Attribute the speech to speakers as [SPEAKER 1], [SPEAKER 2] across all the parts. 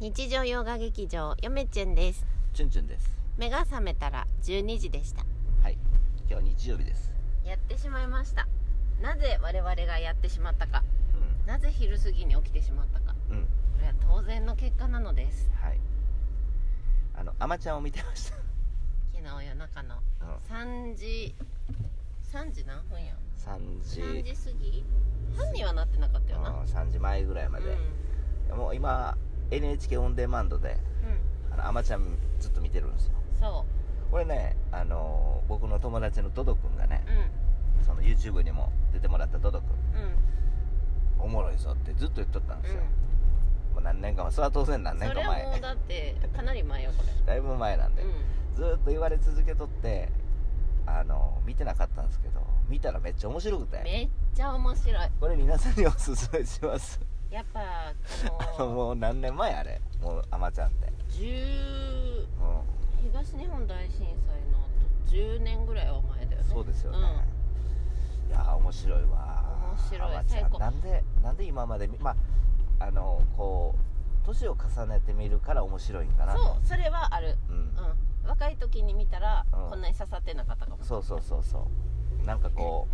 [SPEAKER 1] 日常洋画劇場よめちゅんです
[SPEAKER 2] チュンチュンです
[SPEAKER 1] 目が覚めたら12時でした
[SPEAKER 2] はい今日日曜日です
[SPEAKER 1] やってしまいましたなぜ我々がやってしまったか
[SPEAKER 2] う
[SPEAKER 1] なぜ昼過ぎに起きてしまったか
[SPEAKER 2] んうん
[SPEAKER 1] これは当然の結果なのです
[SPEAKER 2] はいあのアマちゃんを見てました
[SPEAKER 1] 昨日夜中の
[SPEAKER 2] うん
[SPEAKER 1] 3時3時何分や
[SPEAKER 2] 3時
[SPEAKER 1] 3時過ぎ半にはなってなかったよ
[SPEAKER 2] う
[SPEAKER 1] なん
[SPEAKER 2] 3時前ぐらいま
[SPEAKER 1] うん、う
[SPEAKER 2] で、もう今 NHK オンデマンドで
[SPEAKER 1] ん、
[SPEAKER 2] あのアマちゃんずっと見てるんですよ
[SPEAKER 1] そ
[SPEAKER 2] これねあのー僕の友達のドド君がね
[SPEAKER 1] う、うん
[SPEAKER 2] その YouTube にも出てもらったドド君
[SPEAKER 1] う
[SPEAKER 2] おもろいぞってずっと言っとったんですよ、もう何年か前それは当然何
[SPEAKER 1] ん、そ
[SPEAKER 2] 年か
[SPEAKER 1] れはもう
[SPEAKER 2] 前
[SPEAKER 1] だってかなり前よこ
[SPEAKER 2] だいぶ前なん で、
[SPEAKER 1] れ、うん、
[SPEAKER 2] ずーっと言われ続けとってあの見てなかったんですけど見たらめっちゃ面白くて
[SPEAKER 1] めっちゃ面白い
[SPEAKER 2] これ皆さんにおすすめします
[SPEAKER 1] やっぱ
[SPEAKER 2] あ
[SPEAKER 1] こ
[SPEAKER 2] の
[SPEAKER 1] の
[SPEAKER 2] もう何年前あれもうあまちゃんって
[SPEAKER 1] 10
[SPEAKER 2] う
[SPEAKER 1] 東日本大震災のあと10年ぐらいは前だよ
[SPEAKER 2] ん
[SPEAKER 1] ね
[SPEAKER 2] そうですよね、いやー面白いわ
[SPEAKER 1] 面白い
[SPEAKER 2] あまちゃ
[SPEAKER 1] 最
[SPEAKER 2] ん
[SPEAKER 1] 高
[SPEAKER 2] なんでなんで今までみまああのこう年を重ねてみるから面白いんか
[SPEAKER 1] うん、
[SPEAKER 2] な
[SPEAKER 1] そうそれはある
[SPEAKER 2] う、うん、
[SPEAKER 1] うん若い時に見たら、
[SPEAKER 2] うん
[SPEAKER 1] こんなに刺さってなかったかも
[SPEAKER 2] そうそうそうそうなんかこ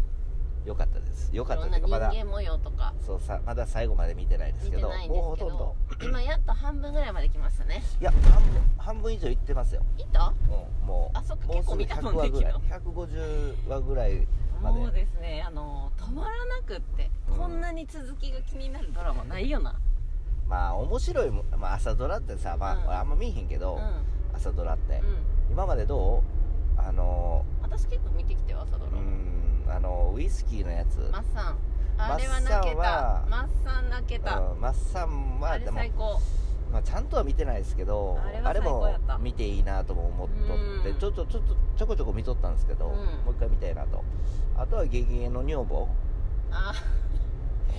[SPEAKER 2] う良かったです良
[SPEAKER 1] い
[SPEAKER 2] かった
[SPEAKER 1] ろ
[SPEAKER 2] と
[SPEAKER 1] ん
[SPEAKER 2] い
[SPEAKER 1] な
[SPEAKER 2] うか
[SPEAKER 1] 人
[SPEAKER 2] まだ
[SPEAKER 1] 間模様とか
[SPEAKER 2] そうさまだ最後まで見てないです
[SPEAKER 1] 見
[SPEAKER 2] け
[SPEAKER 1] て
[SPEAKER 2] ど
[SPEAKER 1] ないんで
[SPEAKER 2] もうほ
[SPEAKER 1] すけ
[SPEAKER 2] とんど
[SPEAKER 1] ど今やっと半分ぐらいまで来ましたね
[SPEAKER 2] いや半分半分以上いってますよ、
[SPEAKER 1] いった
[SPEAKER 2] うんもう
[SPEAKER 1] あそっか
[SPEAKER 2] もう
[SPEAKER 1] 結構
[SPEAKER 2] すぐ
[SPEAKER 1] 見たもんね
[SPEAKER 2] 100話ぐらい
[SPEAKER 1] 昨
[SPEAKER 2] 150話ぐらいまで
[SPEAKER 1] もうですねあの止まらなくって、
[SPEAKER 2] うん
[SPEAKER 1] こんなに続きが気になるドラマないよな
[SPEAKER 2] まあ面白いも、まあ、朝ドラってさ、まあ
[SPEAKER 1] うん
[SPEAKER 2] 俺あんま見えへんけ
[SPEAKER 1] う
[SPEAKER 2] ど、
[SPEAKER 1] ん
[SPEAKER 2] 朝ドラって、
[SPEAKER 1] うん
[SPEAKER 2] 今までどうあの
[SPEAKER 1] 私結構見てきてよ朝ドラ
[SPEAKER 2] うーんあのウイスキーのやつ
[SPEAKER 1] マッサンあれは泣けたマッサン泣けた
[SPEAKER 2] うんマッサンは
[SPEAKER 1] あれ
[SPEAKER 2] でも
[SPEAKER 1] 最、高
[SPEAKER 2] まあ、ちゃんとは見てないですけど
[SPEAKER 1] あれは最高やった
[SPEAKER 2] あれも見ていいなとも思っとって
[SPEAKER 1] うん
[SPEAKER 2] ちょっとちょっとちょこちょこ見とったんですけど、
[SPEAKER 1] うん
[SPEAKER 2] もう一回見たいなとあとは「ゲゲゲの女房」
[SPEAKER 1] あ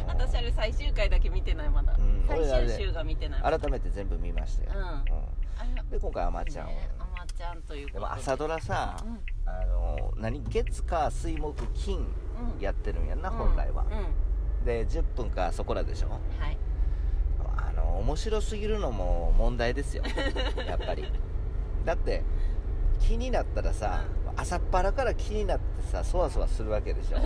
[SPEAKER 1] 私あれ最終回だけ見てないまだ
[SPEAKER 2] うん
[SPEAKER 1] 最
[SPEAKER 2] 俺あれ
[SPEAKER 1] 終週が見てないまだ
[SPEAKER 2] 改めて全部見ましたよ、
[SPEAKER 1] うんあれ
[SPEAKER 2] で今回あまちゃんを、
[SPEAKER 1] ねあまちゃんということ
[SPEAKER 2] でも朝ドラさ
[SPEAKER 1] う、んうん
[SPEAKER 2] あの何月火水木金やってるんやんな、本来は
[SPEAKER 1] うん、
[SPEAKER 2] で10分かそこらでしょ
[SPEAKER 1] はい
[SPEAKER 2] あの面白すぎるのも問題で すよやっぱりだって気になったらさ、朝っぱらから気になってさそわそわするわけでしょ
[SPEAKER 1] うん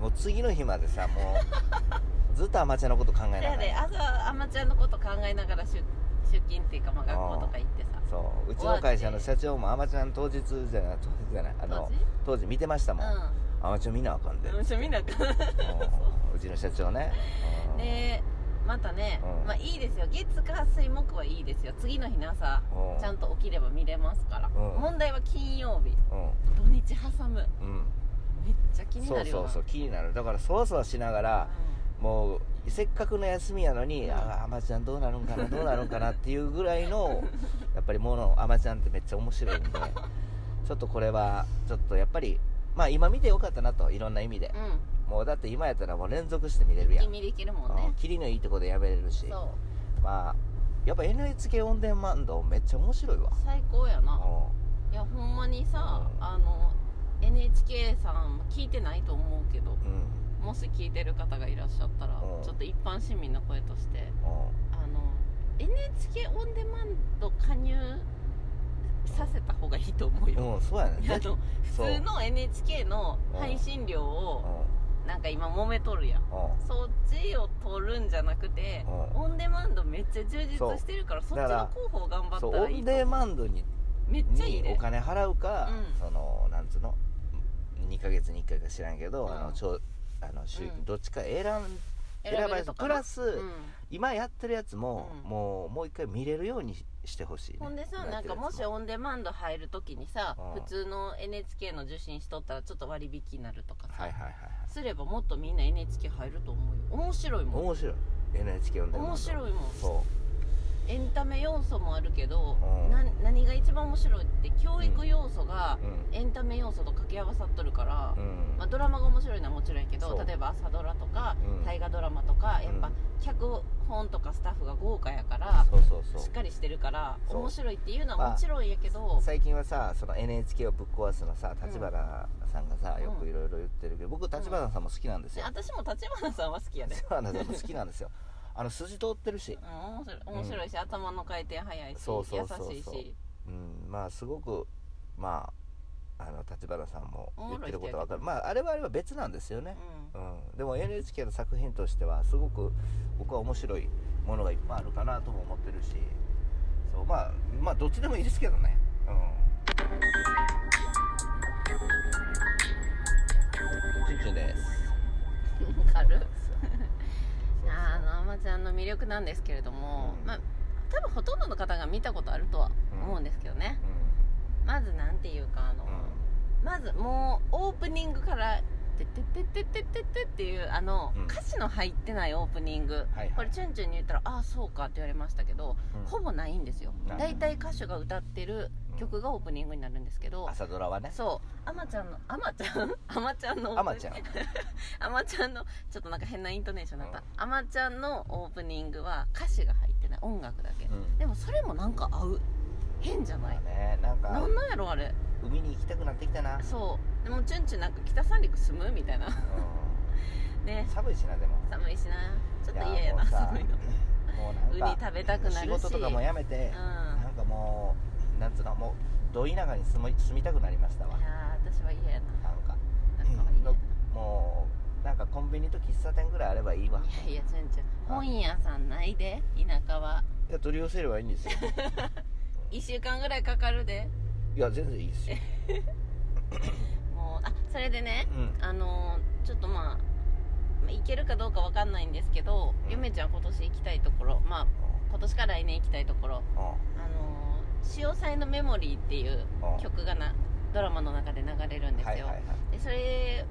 [SPEAKER 2] もう次の日までさも うずっとアマチュアのこと考えな
[SPEAKER 1] そ
[SPEAKER 2] が
[SPEAKER 1] やで
[SPEAKER 2] ら
[SPEAKER 1] 朝あまちゃんのこと考えながら出出勤っていうかまあ学校とか行ってさ
[SPEAKER 2] そううちの会社の社長もアマチュアの当日じゃない当日じゃないあの当時見てましたもん、
[SPEAKER 1] う
[SPEAKER 2] アマチュア見なあかんで、
[SPEAKER 1] んうんそうみんな
[SPEAKER 2] うんうちの社長ね、うん
[SPEAKER 1] でまたね、
[SPEAKER 2] うん
[SPEAKER 1] まあいいですよ月火水木はいいですよ次の日の朝
[SPEAKER 2] うん
[SPEAKER 1] ちゃんと起きれば見れますから、
[SPEAKER 2] うん
[SPEAKER 1] 問題は金曜日
[SPEAKER 2] う
[SPEAKER 1] 土日挟む
[SPEAKER 2] んうん
[SPEAKER 1] めっちゃ気に
[SPEAKER 2] そ
[SPEAKER 1] な
[SPEAKER 2] う
[SPEAKER 1] るよ
[SPEAKER 2] そ
[SPEAKER 1] な
[SPEAKER 2] うそう気になるだからそわそわしながらもうせっかくの休みやの
[SPEAKER 1] う
[SPEAKER 2] に、
[SPEAKER 1] ん
[SPEAKER 2] ああアマちゃんどうなるんかなどうなるんかなっていうぐら いのやっぱりものアマちゃんってめっちゃ面白いんでちょっとこれはちょっとやっぱりまあ今見てよかったなといろんな意味で
[SPEAKER 1] う、ん、
[SPEAKER 2] もうだって今やったらもう連続して見れる
[SPEAKER 1] うん、
[SPEAKER 2] やん、
[SPEAKER 1] 君できるもんね
[SPEAKER 2] うん、切りのいいとこでやめれるし
[SPEAKER 1] そう
[SPEAKER 2] まあやっぱ NHK オンデマンドめっちゃ面白いわ
[SPEAKER 1] 最高やな
[SPEAKER 2] う
[SPEAKER 1] いやほんまにさ
[SPEAKER 2] うん
[SPEAKER 1] あの NHK さん聞いてないと思うけど
[SPEAKER 2] んうん
[SPEAKER 1] もし聞いてる方がいらっしゃったら
[SPEAKER 2] うん
[SPEAKER 1] ちょっと一般市民の声として
[SPEAKER 2] うん
[SPEAKER 1] あの NHK オンデマンド加入させた方がいいと思うよ、
[SPEAKER 2] うん、そうやね
[SPEAKER 1] いやあの普
[SPEAKER 2] そう
[SPEAKER 1] 通の NHK の配信料
[SPEAKER 2] う
[SPEAKER 1] を
[SPEAKER 2] ん
[SPEAKER 1] なんか今揉めとるやん
[SPEAKER 2] うん
[SPEAKER 1] そっちを取るんじゃなくて
[SPEAKER 2] うん
[SPEAKER 1] オンデマンドめっちゃ充実してるからそ
[SPEAKER 2] そう
[SPEAKER 1] っ
[SPEAKER 2] だ
[SPEAKER 1] ち
[SPEAKER 2] から
[SPEAKER 1] の広報頑張
[SPEAKER 2] そ
[SPEAKER 1] っ
[SPEAKER 2] う
[SPEAKER 1] た
[SPEAKER 2] オ
[SPEAKER 1] らいい
[SPEAKER 2] ン
[SPEAKER 1] と
[SPEAKER 2] デ
[SPEAKER 1] 思
[SPEAKER 2] マンドに
[SPEAKER 1] うめっちゃいい
[SPEAKER 2] に
[SPEAKER 1] ね
[SPEAKER 2] お金払うか、
[SPEAKER 1] うん
[SPEAKER 2] そのなんつうの2ヶ月に1回か知らんけど、
[SPEAKER 1] うん
[SPEAKER 2] あのちょあの週
[SPEAKER 1] うん
[SPEAKER 2] どっちか選ん
[SPEAKER 1] 選べるとか
[SPEAKER 2] プ
[SPEAKER 1] な
[SPEAKER 2] ラス、
[SPEAKER 1] うん
[SPEAKER 2] 今やってるやつも、
[SPEAKER 1] うん
[SPEAKER 2] もうもう一回見れるようにししてほしい、ね、
[SPEAKER 1] ほんでさなんかもし
[SPEAKER 2] うん
[SPEAKER 1] オンデマンド入るときにさ
[SPEAKER 2] うん
[SPEAKER 1] 普通の NHK の受信しとったらちょっと割引になるとかさ、
[SPEAKER 2] はいはいはいはい
[SPEAKER 1] すればもっとみんな NHK 入ると思うよ面白いもん
[SPEAKER 2] 面白い NHK 読んで
[SPEAKER 1] 面白いもん
[SPEAKER 2] そ
[SPEAKER 1] エンタメ要素もあるけど、
[SPEAKER 2] うん
[SPEAKER 1] な何が一番面白いって教育要素が
[SPEAKER 2] ううん
[SPEAKER 1] エンタメ要素と掛け合わさっとるから、
[SPEAKER 2] うん、
[SPEAKER 1] まあ、ドラマが面白いのはもちろんやけ
[SPEAKER 2] そ
[SPEAKER 1] ど
[SPEAKER 2] う
[SPEAKER 1] 例えば朝ドラとか
[SPEAKER 2] うん
[SPEAKER 1] 大河ドラマとかやっ
[SPEAKER 2] う
[SPEAKER 1] ぱ
[SPEAKER 2] ん
[SPEAKER 1] 脚本とかスタッフが豪華やから、
[SPEAKER 2] そうそうそう
[SPEAKER 1] しっかりしてるから
[SPEAKER 2] そう
[SPEAKER 1] 面白いっていうのはもちろんやけど、
[SPEAKER 2] 最近はさその NHK をぶっ壊すのさ立花さんがさ、
[SPEAKER 1] うん
[SPEAKER 2] よく いろいろ言ってるけど僕立花さんも好きなんですよ、
[SPEAKER 1] 私も立花さんは好きやね
[SPEAKER 2] 立花さんも好きなんですよあの筋通ってるし、
[SPEAKER 1] 面白い面白いし、頭の回転早いし
[SPEAKER 2] そうそうそうそう
[SPEAKER 1] 優しいし
[SPEAKER 2] うん、まあすごくまああの立花さんも
[SPEAKER 1] おも
[SPEAKER 2] 言
[SPEAKER 1] ろい
[SPEAKER 2] ってることは分かる
[SPEAKER 1] 人や
[SPEAKER 2] まああれはあれは別なんですよね、
[SPEAKER 1] う
[SPEAKER 2] うん、でも NHK の作品としてはすごく僕は面白いものがいっぱいあるかなとも思ってるしそうまあまあどっちでもいいですけどね、うん、チュンチュンです
[SPEAKER 1] んわかる
[SPEAKER 2] そう
[SPEAKER 1] あのアマちゃんの魅力なんですけれども、
[SPEAKER 2] うん
[SPEAKER 1] まあ多分ほとんどの方が見たことあるとは思うんですけどね、まずなんていうかあの、
[SPEAKER 2] うん
[SPEAKER 1] まずもうオープニングから「てってってってってってって」っていうあの、
[SPEAKER 2] うん
[SPEAKER 1] 歌詞の入ってないオープニング、
[SPEAKER 2] はいはい
[SPEAKER 1] これチュンチュンに言ったら「ああそうか」って言われましたけど、
[SPEAKER 2] うん
[SPEAKER 1] ほぼないんですよ
[SPEAKER 2] ない
[SPEAKER 1] 大体歌手が歌ってる曲がオープニングになるんですけど、
[SPEAKER 2] 朝ドラはね
[SPEAKER 1] そうアマちゃんのアマちゃ んアマちゃんのオープニング
[SPEAKER 2] あまちゃん
[SPEAKER 1] アマちゃんのちょっとなんか変なイントネーションだった、
[SPEAKER 2] うん
[SPEAKER 1] アマちゃんのオープニングは歌詞が入ってない音楽だけ、
[SPEAKER 2] うん
[SPEAKER 1] でもそれもなんか合う変じゃない、
[SPEAKER 2] ねなんか
[SPEAKER 1] なんなんやろあれ
[SPEAKER 2] 海に行きたくなってきたな、
[SPEAKER 1] そうでもチュンチュンなんか北三陸住むみたいな
[SPEAKER 2] うん
[SPEAKER 1] ね
[SPEAKER 2] 寒いしなでも
[SPEAKER 1] 寒いしなちょっと
[SPEAKER 2] いや
[SPEAKER 1] 嫌や
[SPEAKER 2] も
[SPEAKER 1] な
[SPEAKER 2] うさ
[SPEAKER 1] 寒いの
[SPEAKER 2] もうなんか
[SPEAKER 1] ウニ食べたくなるし
[SPEAKER 2] 仕事とかもやめて、
[SPEAKER 1] うん
[SPEAKER 2] なんかもうなんつうのもうど田舎に住み住みたくなりましたわ
[SPEAKER 1] いやー私は嫌やな
[SPEAKER 2] なんか
[SPEAKER 1] なんかは嫌や
[SPEAKER 2] もうなんかコンビニと喫茶店ぐらいあればいいわ
[SPEAKER 1] ないやいやチュンチュン本屋さんないで田舎はい
[SPEAKER 2] や取り寄せればいいん ですよ
[SPEAKER 1] 1週間ぐらいかかるで
[SPEAKER 2] いや全然いいですよ、
[SPEAKER 1] もうあそれでね
[SPEAKER 2] うん、
[SPEAKER 1] あのーちょっとまあまあ行けるかどうかわかんないんですけど、
[SPEAKER 2] うん
[SPEAKER 1] ゆめちゃん今年行きたいところまあ今年か来年行きたいところ
[SPEAKER 2] う
[SPEAKER 1] 「
[SPEAKER 2] ん
[SPEAKER 1] あのー潮騒のメモリー」っていう
[SPEAKER 2] うんうん
[SPEAKER 1] 曲がなドラマの中で流れるんですよ、
[SPEAKER 2] はいはいはい
[SPEAKER 1] でそれ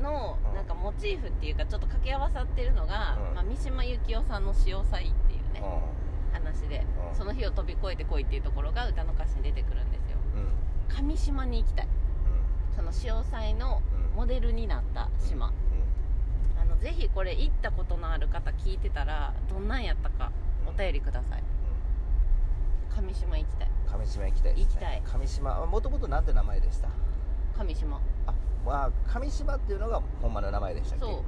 [SPEAKER 1] の
[SPEAKER 2] うん
[SPEAKER 1] なんかモチーフっていうかちょっと掛け合わさってるのが、
[SPEAKER 2] うん
[SPEAKER 1] まあ、三島由紀夫さんの「潮騒っていうね、
[SPEAKER 2] う
[SPEAKER 1] 話で、
[SPEAKER 2] うん
[SPEAKER 1] その日を飛び越えて来いっていうところが歌の歌詞に出てくるんですよ
[SPEAKER 2] んうん
[SPEAKER 1] 上島に行きたいその潮騒の
[SPEAKER 2] うんうん
[SPEAKER 1] モデルになった島、あのぜひこれ行ったことのある方聞いてたらどんなんやったかお便りください上島行きたい
[SPEAKER 2] うん上島行きたいです、
[SPEAKER 1] 行
[SPEAKER 2] ね、
[SPEAKER 1] きたい
[SPEAKER 2] 上島もともとなんて名前でした
[SPEAKER 1] 上島
[SPEAKER 2] あまあ上島っていうのが本間の名前でしたっけ
[SPEAKER 1] そう
[SPEAKER 2] あ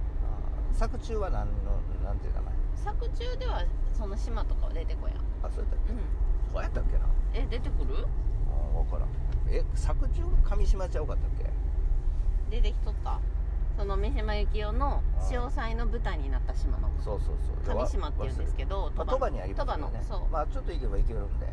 [SPEAKER 2] 作中は何のなんていう名前
[SPEAKER 1] 作中ではその島とかは出てこやん
[SPEAKER 2] あ
[SPEAKER 1] う
[SPEAKER 2] そうやったっ
[SPEAKER 1] ん
[SPEAKER 2] けそうやったっけな
[SPEAKER 1] え出てくる
[SPEAKER 2] あ分からんえ作中が上島ちゃうかったっけ
[SPEAKER 1] 出てきとったその三島由紀夫の
[SPEAKER 2] あ
[SPEAKER 1] 潮騒の舞台になった島の
[SPEAKER 2] そうそうそう
[SPEAKER 1] 上島っていうんです
[SPEAKER 2] け
[SPEAKER 1] けど
[SPEAKER 2] ど鳥羽にあります
[SPEAKER 1] 鳥羽
[SPEAKER 2] よ
[SPEAKER 1] の
[SPEAKER 2] ね
[SPEAKER 1] そう、
[SPEAKER 2] まあちょっと行けば行けるんで
[SPEAKER 1] う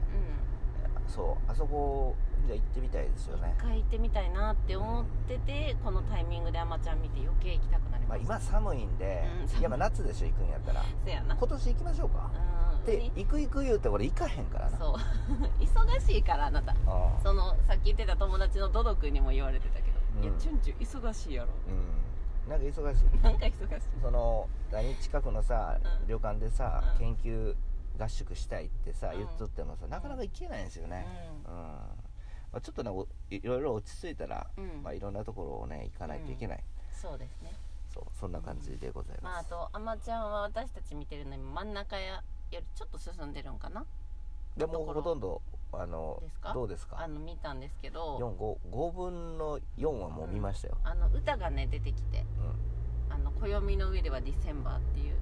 [SPEAKER 2] そうあそこじゃあ行ってみたいですよ
[SPEAKER 1] ん
[SPEAKER 2] ね
[SPEAKER 1] 一回行ってみたいなって思っててこのタイミングであまちゃん見て余計行きたくなり
[SPEAKER 2] ま
[SPEAKER 1] ま
[SPEAKER 2] あ
[SPEAKER 1] した、
[SPEAKER 2] 今寒いんで
[SPEAKER 1] うん寒い
[SPEAKER 2] いやまあ夏でしょ行くんやったら
[SPEAKER 1] せやな
[SPEAKER 2] 今年行きましょうか
[SPEAKER 1] うん
[SPEAKER 2] で
[SPEAKER 1] に
[SPEAKER 2] 行く行く言うて俺行かへんからな
[SPEAKER 1] そう 忙しいからあなた
[SPEAKER 2] ああ
[SPEAKER 1] そのさっき言ってた友達のドド君にも言われてたけど、
[SPEAKER 2] うん
[SPEAKER 1] いやチュンチュン忙しいやろ
[SPEAKER 2] うんなんか忙しい
[SPEAKER 1] なんか忙しい
[SPEAKER 2] その何近くのさ、
[SPEAKER 1] うん
[SPEAKER 2] 旅館でさ、
[SPEAKER 1] うん
[SPEAKER 2] 研究合宿したいってさ、
[SPEAKER 1] うん
[SPEAKER 2] 言っとってもさなかなか行けないんですよね、うんまあ、ちょっとねおいいろいろ落ち着いたら、
[SPEAKER 1] うん、うん
[SPEAKER 2] まあ、いろんなところをね行かないといけない、
[SPEAKER 1] そうですね
[SPEAKER 2] そうそんな感じでござい
[SPEAKER 1] まあ
[SPEAKER 2] ま
[SPEAKER 1] あ
[SPEAKER 2] す、
[SPEAKER 1] とあまちゃんは私たち見てるのに真ん中やよりちょっと進んでるんかな
[SPEAKER 2] で
[SPEAKER 1] と
[SPEAKER 2] も
[SPEAKER 1] こ
[SPEAKER 2] う
[SPEAKER 1] ろ
[SPEAKER 2] ほとんどあの
[SPEAKER 1] ですか
[SPEAKER 2] どうです
[SPEAKER 1] あ
[SPEAKER 2] か
[SPEAKER 1] の見たんですけど
[SPEAKER 2] 455分の4はもう見ましたよ、
[SPEAKER 1] あの歌がね出てきて
[SPEAKER 2] う
[SPEAKER 1] 「
[SPEAKER 2] ん
[SPEAKER 1] あの暦の上ではディセンバー」っていう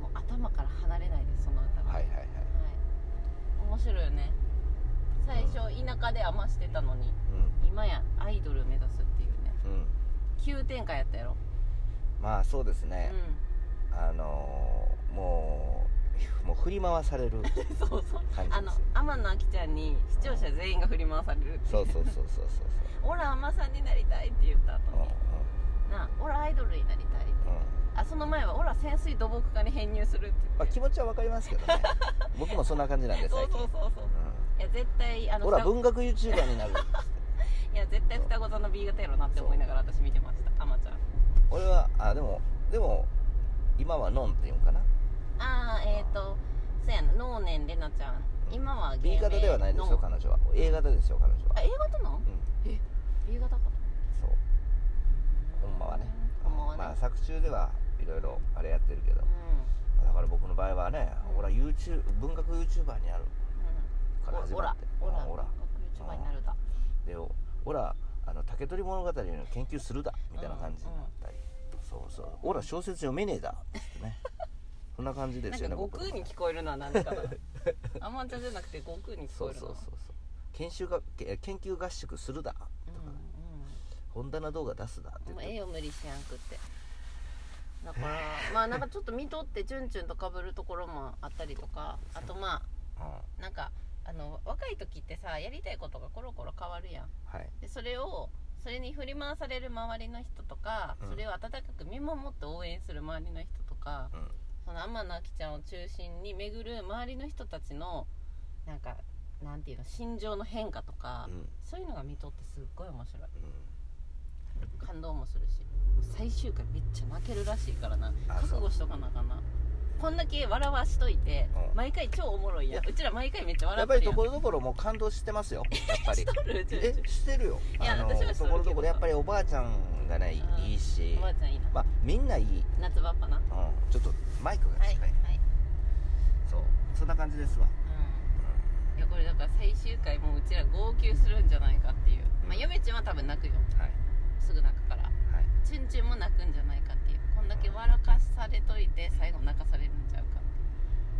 [SPEAKER 2] うん
[SPEAKER 1] もう頭から離れないですその歌が
[SPEAKER 2] はいはい
[SPEAKER 1] はい、
[SPEAKER 2] はい、
[SPEAKER 1] 面白いよね最初田舎で余してたのに今やアイドル目指すっていうね
[SPEAKER 2] うんうん、
[SPEAKER 1] 急展開やったやろ、
[SPEAKER 2] まあそうですね、
[SPEAKER 1] う
[SPEAKER 2] あのーもう もう振り回される
[SPEAKER 1] ん そうそう
[SPEAKER 2] 感
[SPEAKER 1] あ
[SPEAKER 2] じで
[SPEAKER 1] の
[SPEAKER 2] す
[SPEAKER 1] 天野あきちゃんに視聴者全員が振り回されるって
[SPEAKER 2] そうそうそうそうそうそう
[SPEAKER 1] オラ天さんになりたいって言った後
[SPEAKER 2] うんうん
[SPEAKER 1] になあオラアイドルになりたいって
[SPEAKER 2] うん
[SPEAKER 1] あその前はオラ潜水土木科に編入するって言
[SPEAKER 2] まあ、
[SPEAKER 1] って、
[SPEAKER 2] 気持ちはわかりますけどね僕もそんな感じなんで
[SPEAKER 1] そ
[SPEAKER 2] 最
[SPEAKER 1] う
[SPEAKER 2] 近
[SPEAKER 1] そうそうそういや絶対あ
[SPEAKER 2] うん
[SPEAKER 1] の
[SPEAKER 2] ほら
[SPEAKER 1] 双子
[SPEAKER 2] 文学 YouTuber になる
[SPEAKER 1] いや絶対双子座の B 型やろなって思いながら私見てましたあまちゃん
[SPEAKER 2] 俺はあでもでも今はノンって言うんかな
[SPEAKER 1] ああえっ、ー、とそやな能年玲奈ちゃん今は
[SPEAKER 2] B 型ではないですよ
[SPEAKER 1] か
[SPEAKER 2] 彼女は A 型ですよ彼女
[SPEAKER 1] あ
[SPEAKER 2] は
[SPEAKER 1] A 型なん
[SPEAKER 2] うん
[SPEAKER 1] B 型か
[SPEAKER 2] そうほんまはね
[SPEAKER 1] ほんまはね、
[SPEAKER 2] まあ作中ではいろいろあれやってるけどだから僕の場合はね
[SPEAKER 1] うん
[SPEAKER 2] 俺は YouTube 文学 YouTuber になる
[SPEAKER 1] う
[SPEAKER 2] か
[SPEAKER 1] ん
[SPEAKER 2] ら
[SPEAKER 1] うん
[SPEAKER 2] 始
[SPEAKER 1] おお
[SPEAKER 2] ま
[SPEAKER 1] ら
[SPEAKER 2] って
[SPEAKER 1] おら
[SPEAKER 2] うん
[SPEAKER 1] おら僕 YouTuber になるだ
[SPEAKER 2] で「オラあの竹取物語の研究するだ」みたいな感じになったり、そうそう「オラ小説読めねえだ」っつってね そんな感じで
[SPEAKER 1] なん
[SPEAKER 2] す
[SPEAKER 1] か
[SPEAKER 2] よね
[SPEAKER 1] 悟空に聞こえるのは何でかな アマチュアじゃなくて悟空に聞
[SPEAKER 2] そ
[SPEAKER 1] こ
[SPEAKER 2] う
[SPEAKER 1] える
[SPEAKER 2] そ
[SPEAKER 1] の
[SPEAKER 2] う
[SPEAKER 1] は
[SPEAKER 2] そうそう研修がけ研究合宿するだ
[SPEAKER 1] う
[SPEAKER 2] 本棚動画出すだっ
[SPEAKER 1] んう
[SPEAKER 2] て
[SPEAKER 1] ん、もう
[SPEAKER 2] 言
[SPEAKER 1] え
[SPEAKER 2] っ
[SPEAKER 1] え
[SPEAKER 2] て
[SPEAKER 1] よ無理しやんくってだから まあなんかちょっと見とってチュンチュンとかぶるところもあったりとかあとま
[SPEAKER 2] うんは
[SPEAKER 1] あなんかあの若い時ってさやりたいことがコロコロ変わるやん
[SPEAKER 2] い
[SPEAKER 1] でそれをそれに振り回される周りの人とか、
[SPEAKER 2] うん
[SPEAKER 1] それを温かく見守って応援する周りの人とか、
[SPEAKER 2] うん
[SPEAKER 1] その天野あきちゃんを中心に巡る周りの人たちのなんかなんていうの心情の変化とか、
[SPEAKER 2] うん
[SPEAKER 1] そういうのが見とってすっごい面白い
[SPEAKER 2] うん
[SPEAKER 1] 感動もするし最終回めっちゃ泣けるらしいからな
[SPEAKER 2] あ
[SPEAKER 1] 覚
[SPEAKER 2] そう
[SPEAKER 1] 悟しとかなあかんなこんだけ笑わしといて、
[SPEAKER 2] うん
[SPEAKER 1] 毎回超おもろいやん
[SPEAKER 2] いう
[SPEAKER 1] ちら毎回めっちゃ
[SPEAKER 2] や
[SPEAKER 1] 笑
[SPEAKER 2] っ
[SPEAKER 1] って
[SPEAKER 2] ぱ
[SPEAKER 1] る
[SPEAKER 2] り
[SPEAKER 1] や
[SPEAKER 2] と
[SPEAKER 1] ん
[SPEAKER 2] ころどころもう感動してますよやっぱ り
[SPEAKER 1] うちらう
[SPEAKER 2] え
[SPEAKER 1] ち
[SPEAKER 2] してるよ
[SPEAKER 1] いや
[SPEAKER 2] あの
[SPEAKER 1] 私はして
[SPEAKER 2] と
[SPEAKER 1] るけど
[SPEAKER 2] ころどころやっぱりおばあちゃんがね
[SPEAKER 1] うん
[SPEAKER 2] いいし
[SPEAKER 1] らおばあちゃんいいな
[SPEAKER 2] まあみんないい、うん、
[SPEAKER 1] 夏場っぱなは
[SPEAKER 2] ちょっとマイクが
[SPEAKER 1] い
[SPEAKER 2] 近い、
[SPEAKER 1] はい、
[SPEAKER 2] そうそんな感じですわ、
[SPEAKER 1] うん
[SPEAKER 2] う
[SPEAKER 1] いやこれだから最終回もううちら号泣するんじゃないかっていう、
[SPEAKER 2] うん
[SPEAKER 1] まあ嫁ちゃんは多分泣くよ
[SPEAKER 2] ん、はい
[SPEAKER 1] すぐ泣くから
[SPEAKER 2] はい
[SPEAKER 1] チュンチュンも泣くんじゃないかっていうこんだけ笑かされといて最後泣かされるんちゃうか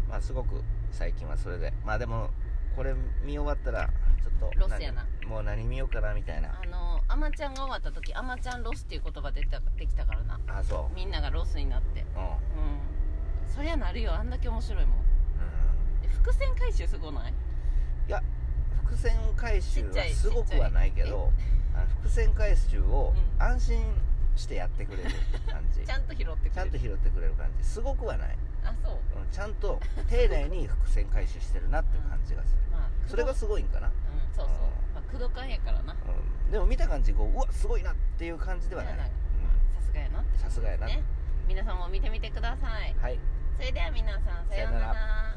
[SPEAKER 2] まあすごく最近はそれでまあでもこれ見終わったらちょっと
[SPEAKER 1] ロスやな
[SPEAKER 2] 何もう何見ようかなみたいな
[SPEAKER 1] あのアマちゃんが終わった時アマちゃんロスっていう言葉出たできたからな
[SPEAKER 2] あそ
[SPEAKER 1] みんながロスになって
[SPEAKER 2] ううん、うん、
[SPEAKER 1] うんそりゃなるよあんだけ面白いもんで伏線回収すごない
[SPEAKER 2] 伏線回
[SPEAKER 1] ち
[SPEAKER 2] 収
[SPEAKER 1] っちゃ
[SPEAKER 2] はいすごくはないけどあの伏線回収を
[SPEAKER 1] うん
[SPEAKER 2] 安心してやってくれる感じ、
[SPEAKER 1] ちゃんと拾ってく
[SPEAKER 2] ちゃ
[SPEAKER 1] れ
[SPEAKER 2] んと
[SPEAKER 1] る
[SPEAKER 2] 拾ってくれる感じすごくはない、
[SPEAKER 1] あそう
[SPEAKER 2] うん、ちゃんと丁寧に伏線回収してるなっていう感じがする
[SPEAKER 1] まあ
[SPEAKER 2] それが
[SPEAKER 1] うん
[SPEAKER 2] すごいんかな、
[SPEAKER 1] そうそうまあ工藤勘やからな
[SPEAKER 2] うん、でも見た感じこううわすごいなっていう感じではない
[SPEAKER 1] ではないさ
[SPEAKER 2] うん
[SPEAKER 1] すがやなって
[SPEAKER 2] さすがやな、
[SPEAKER 1] ね皆さんも見てみてください
[SPEAKER 2] はい
[SPEAKER 1] それでは皆さんさような
[SPEAKER 2] さような
[SPEAKER 1] ら